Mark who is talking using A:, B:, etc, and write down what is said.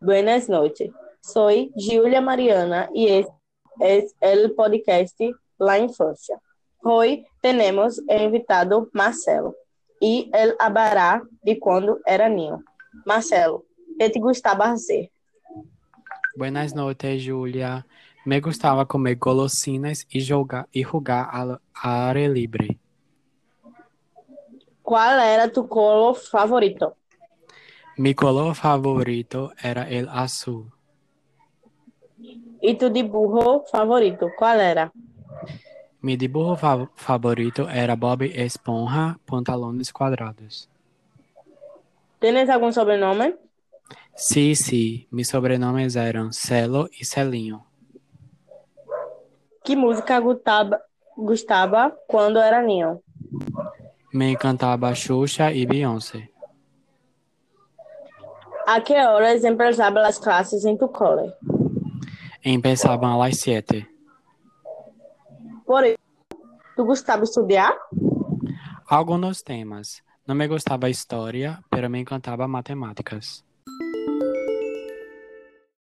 A: Buenas noches. Soy Giulia Mariana y este es el podcast La Infancia. Hoy tenemos el invitado Marcelo y él hablará de cuando era niño. Marcelo, ¿qué te gustaba hacer?
B: Buenas noches, Julia. Me gustaba comer golosinas y jogar e jogar al aire livre.
A: ¿Cuál era tu color favorito?
B: Mi color favorito era el azul.
A: ¿Y tu dibujo favorito? ¿Cuál era?
B: Mi dibujo fa- favorito era Bob Esponja, pantalones cuadrados.
A: ¿Tienes algún sobrenombre?
B: Sim, sim, meus sobrenomes eram Celo e Celinho.
A: Que música gustaba, gustaba quando era niño?
B: Me encantava Xuxa e Beyoncé.
A: ¿A qué horas empezaban las clases en tu cole?
B: Empezavam às sete.
A: Por isso, tu gostava de estudar?
B: Alguns temas. Não me gostava história, pero me encantava matemáticas.